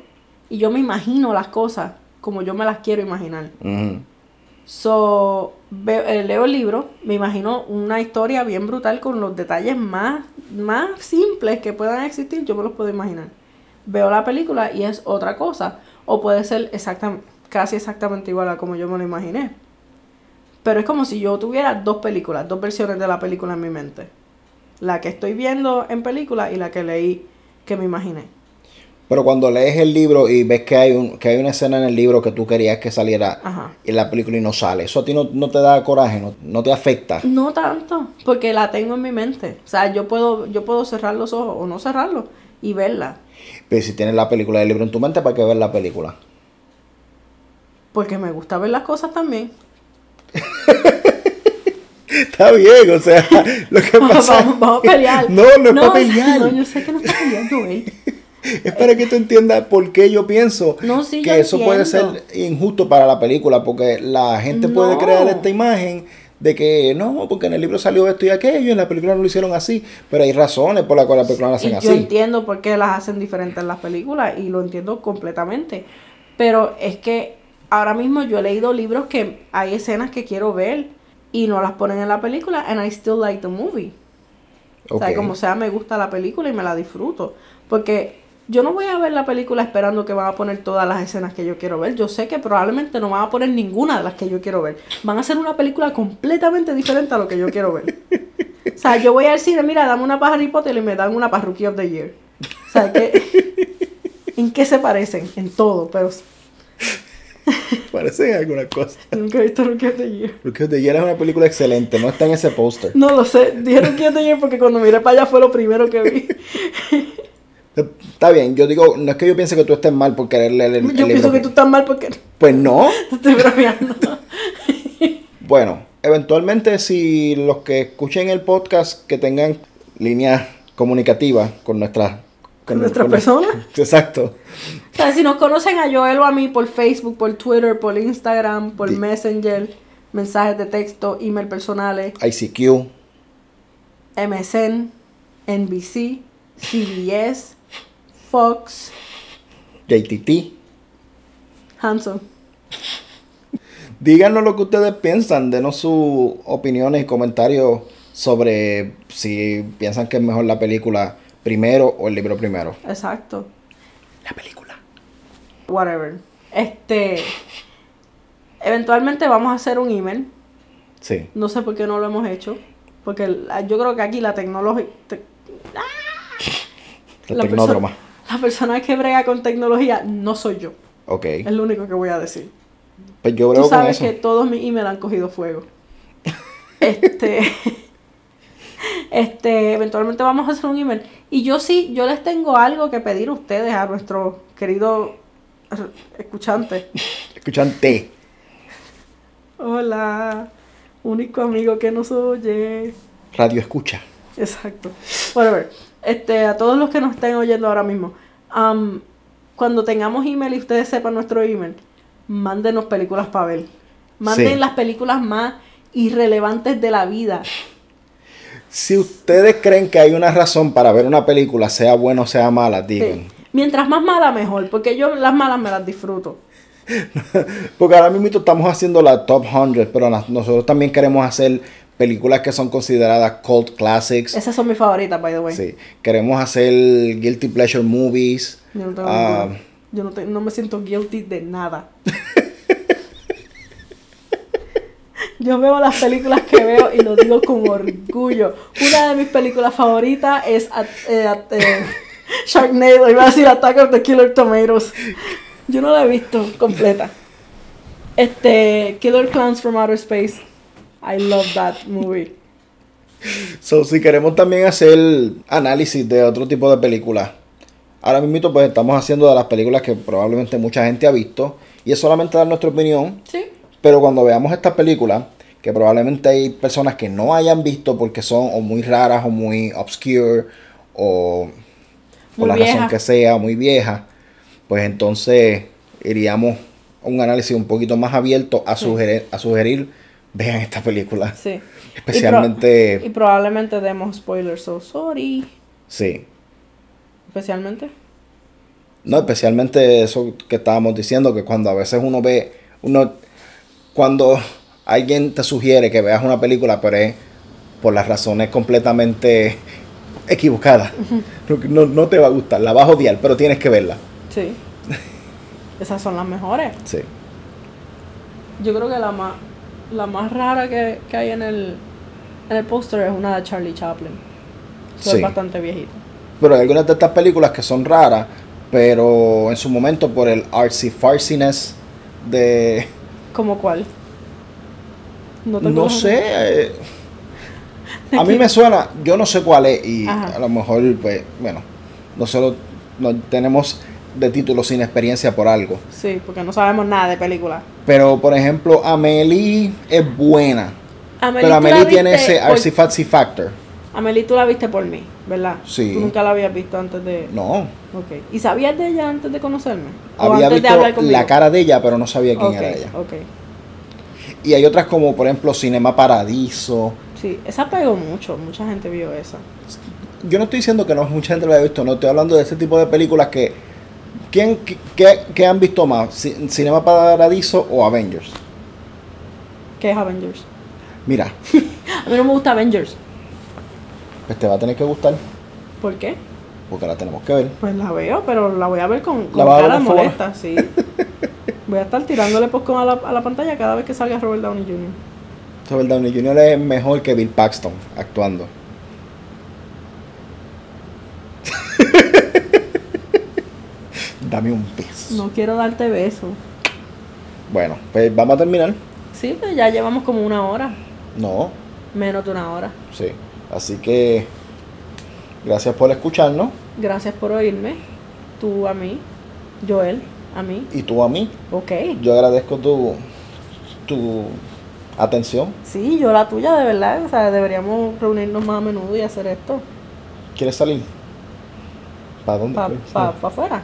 Speaker 1: y yo me imagino las cosas como yo me las quiero imaginar.
Speaker 2: Ujú.
Speaker 1: So, veo- eh, leo el libro, me imagino una historia bien brutal con los detalles más, más simples que puedan existir, yo me los puedo imaginar. Veo la película y es otra cosa. O puede ser exacta- casi exactamente igual a como yo me lo imaginé. Pero es como si yo tuviera dos películas, dos versiones de la película en mi mente. La que estoy viendo en película y la que leí que me imaginé.
Speaker 2: Pero cuando lees el libro y ves que hay, un, que hay una escena en el libro que tú querías que saliera
Speaker 1: Ajá.
Speaker 2: en la película y no sale, eso a ti no, no te da coraje, no, no te afecta.
Speaker 1: No tanto, porque la tengo en mi mente. O sea, yo puedo, yo puedo cerrar los ojos o no cerrarlos y verla.
Speaker 2: Pero Pues si tienes la película del libro en tu mente, ¿para qué ver la película?
Speaker 1: Porque me gusta ver las cosas también.
Speaker 2: Está bien, o sea, lo que
Speaker 1: Vamos,
Speaker 2: pasa
Speaker 1: vamos a pelear.
Speaker 2: No, no es para
Speaker 1: o sea,
Speaker 2: pelear.
Speaker 1: no, yo sé que no está peleando él.
Speaker 2: es para que tú entiendas por qué yo pienso
Speaker 1: No, sí,
Speaker 2: que
Speaker 1: yo
Speaker 2: eso puede
Speaker 1: entiendo.
Speaker 2: ser injusto para la película, porque la gente puede
Speaker 1: No.
Speaker 2: crear esta imagen de que no, porque en el libro salió esto y aquello, en la película no lo hicieron así, pero hay razones por las cuales la película no la
Speaker 1: Y
Speaker 2: hacen
Speaker 1: yo
Speaker 2: así.
Speaker 1: entiendo por qué las hacen diferentes las películas y lo entiendo completamente. Pero es que ahora mismo yo he leído libros que hay escenas que quiero ver y no las ponen en la película and I still like the movie. O sea,
Speaker 2: Ok.
Speaker 1: como sea, me gusta la película y me la disfruto. Porque Yo no voy a ver la película esperando que van a poner todas las escenas que yo quiero ver. Yo sé que probablemente no van a poner ninguna de las que yo quiero ver. Van a hacer una película completamente diferente a lo que yo quiero ver. O sea, yo voy al cine, mira, dame una para Harry Potter y me dan una para Rookie of the Year. O sea, que, ¿en qué se parecen? En todo, pero
Speaker 2: Parecen alguna cosa.
Speaker 1: nunca he visto Rookie of the Year.
Speaker 2: Rookie of the Year es una película excelente, no está en ese póster.
Speaker 1: No lo sé, dije Rookie of the Year porque cuando miré para allá fue lo primero que vi.
Speaker 2: Está bien, yo digo, no es que yo piense que tú estés mal por querer leer el, el
Speaker 1: Yo
Speaker 2: libro
Speaker 1: pienso que
Speaker 2: que-
Speaker 1: tú estás mal porque
Speaker 2: Pues no.
Speaker 1: te estoy bromeando.
Speaker 2: Bueno, eventualmente si los que escuchen el podcast que tengan líneas comunicativas con nuestra...
Speaker 1: Con nuestra persona.
Speaker 2: Exacto.
Speaker 1: O sea, si nos conocen a Joel o a mí por Facebook, por Twitter, por Instagram, por
Speaker 2: Di-
Speaker 1: Messenger, mensajes de texto, email personales,
Speaker 2: ICQ,
Speaker 1: MSN, NBC, CBS, Fox,
Speaker 2: JTT.
Speaker 1: Hanson.
Speaker 2: Díganos lo que ustedes piensan, denos sus opiniones y comentarios sobre si piensan que es mejor la película primero o el libro primero.
Speaker 1: Exacto.
Speaker 2: La película.
Speaker 1: Whatever. Este. Eventualmente vamos a hacer un email.
Speaker 2: Sí.
Speaker 1: No sé por qué no lo hemos hecho. Porque el- yo creo que aquí la tecnología.
Speaker 2: La tecnódroma.
Speaker 1: la persona que brega con tecnología no soy yo.
Speaker 2: Ok.
Speaker 1: Es lo único que voy a decir.
Speaker 2: Pues yo
Speaker 1: Tú
Speaker 2: creo con
Speaker 1: sabes
Speaker 2: eso.
Speaker 1: que todos mis emails han cogido fuego. Este. Este, eventualmente vamos a hacer un email. Y yo sí, yo les tengo algo que pedir a ustedes, a nuestro querido r- escuchante.
Speaker 2: Escuchan T.
Speaker 1: Hola, único amigo que nos oye.
Speaker 2: Radio escucha.
Speaker 1: Exacto. Bueno, a ver, este, a todos los que nos estén oyendo ahora mismo, am, cuando tengamos email y ustedes sepan nuestro email, mándenos películas para ver. Manden
Speaker 2: Sí.
Speaker 1: las películas más irrelevantes de la vida.
Speaker 2: Si ustedes creen que hay una razón para ver una película, sea buena o sea mala, digan.
Speaker 1: Sí. Mientras más mala, mejor, porque yo las malas me las disfruto.
Speaker 2: Porque ahora mismo estamos haciendo la top 100, pero na- nosotros también queremos hacer películas que son consideradas cult classics.
Speaker 1: Esas son mis favoritas, by the way.
Speaker 2: Sí, queremos hacer guilty pleasure movies.
Speaker 1: Yo no tengo
Speaker 2: Ah.
Speaker 1: ninguna. Yo no, te- no me siento guilty de nada. Yo veo las películas que veo y lo digo con orgullo. Una de mis películas favoritas es At- eh, At- eh, Sharknado. Iba a decir Attack of the Killer Tomatoes. Yo no la he visto completa. Este, Killer Clowns from Outer Space. I love that movie.
Speaker 2: So, si queremos también hacer análisis de otro tipo de películas. Ahora mismo pues estamos haciendo de las películas que probablemente mucha gente ha visto y es solamente dar nuestra opinión,
Speaker 1: Sí.
Speaker 2: pero cuando veamos estas películas que probablemente hay personas que no hayan visto porque son o muy raras o muy obscure o por
Speaker 1: Muy
Speaker 2: la razón
Speaker 1: vieja.
Speaker 2: que sea, muy vieja, pues entonces iríamos a un análisis un poquito más abierto a sugerir, a sugerir vean esta película.
Speaker 1: Sí. Y pro-
Speaker 2: Especialmente-
Speaker 1: y probablemente demos spoilers, so sorry.
Speaker 2: Sí.
Speaker 1: Especialmente.
Speaker 2: No, especialmente eso que estábamos diciendo, que cuando a veces uno ve, uno, cuando alguien te sugiere que veas una película, pero es por las razones completamente equivocadas, no, no te va a gustar, la vas a odiar, pero tienes que verla.
Speaker 1: Sí. Esas son las mejores.
Speaker 2: Sí.
Speaker 1: Yo creo que la más, la más rara que, que hay en el, en el póster es una de Charlie Chaplin. Eso
Speaker 2: Sí.
Speaker 1: Es bastante viejita.
Speaker 2: Pero hay algunas de estas películas que son raras, pero en su momento por el artsy farciness de...
Speaker 1: ¿Como cuál? No, te
Speaker 2: No
Speaker 1: acuerdas?
Speaker 2: sé. eh, a mí me suena, yo no sé cuál es, y
Speaker 1: Ajá.
Speaker 2: a lo mejor, pues, bueno, nosotros no tenemos de título sin experiencia por algo.
Speaker 1: Sí, porque no sabemos nada de película.
Speaker 2: Pero, por ejemplo, Amelie es buena. pero
Speaker 1: tú la
Speaker 2: Amelie tiene
Speaker 1: viste
Speaker 2: ese
Speaker 1: por-
Speaker 2: artsy fartsy factor.
Speaker 1: Amelie, tú la viste por mí, ¿verdad?
Speaker 2: Sí.
Speaker 1: Tú nunca la habías visto antes de...
Speaker 2: No.
Speaker 1: Ok. ¿Y sabías de ella antes de conocerme? ¿O
Speaker 2: Había
Speaker 1: antes de hablar
Speaker 2: visto
Speaker 1: conmigo?
Speaker 2: la cara de ella, pero no sabía quién
Speaker 1: Ok,
Speaker 2: era ella.
Speaker 1: ok.
Speaker 2: Y hay otras como, por ejemplo, Cinema Paradiso.
Speaker 1: Sí, esa pegó mucho. Mucha gente vio esa.
Speaker 2: Yo no estoy diciendo que no mucha gente lo haya visto, no estoy hablando de ese tipo de películas que. ¿Quién qué- qué- qué han visto más? Ci- ¿Cinema Paradiso o Avengers?
Speaker 1: Que es Avengers.
Speaker 2: Mira,
Speaker 1: A mí no me gusta Avengers.
Speaker 2: pues te va a tener que gustar.
Speaker 1: ¿Por qué?
Speaker 2: porque la tenemos que ver.
Speaker 1: Pues la veo, pero la voy a ver con, con
Speaker 2: La vas a ver
Speaker 1: cara
Speaker 2: con favor.
Speaker 1: molesta, sí. Voy a estar tirándole postcón a la, a la pantalla cada vez que salga Robert Downey Jr.
Speaker 2: Robert Downey Jr. es mejor que Bill Paxton actuando. Dame un beso.
Speaker 1: No quiero darte beso.
Speaker 2: Bueno, pues vamos a terminar.
Speaker 1: Sí, pues ya llevamos como una hora,
Speaker 2: No,
Speaker 1: menos de una hora.
Speaker 2: sí. Así que gracias por escucharnos
Speaker 1: Gracias por oírme, tú a mí, Joel a mí.
Speaker 2: y tú a mí.
Speaker 1: Ok.
Speaker 2: Yo agradezco tu, tu atención.
Speaker 1: Sí, yo la tuya, de verdad. O sea, deberíamos reunirnos más a menudo y hacer esto.
Speaker 2: ¿Quieres salir? ¿Para dónde?
Speaker 1: Para
Speaker 2: quieres
Speaker 1: pa,
Speaker 2: salir?
Speaker 1: pa afuera.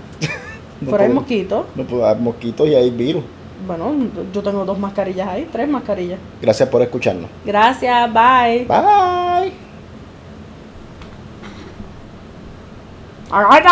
Speaker 2: No
Speaker 1: Fuera hay
Speaker 2: puedo.
Speaker 1: mosquitos.
Speaker 2: No puedo, hay mosquitos y hay virus.
Speaker 1: Bueno, yo tengo dos mascarillas ahí, tres mascarillas.
Speaker 2: Gracias por escucharnos.
Speaker 1: Gracias, bye.
Speaker 2: Bye.
Speaker 1: All right,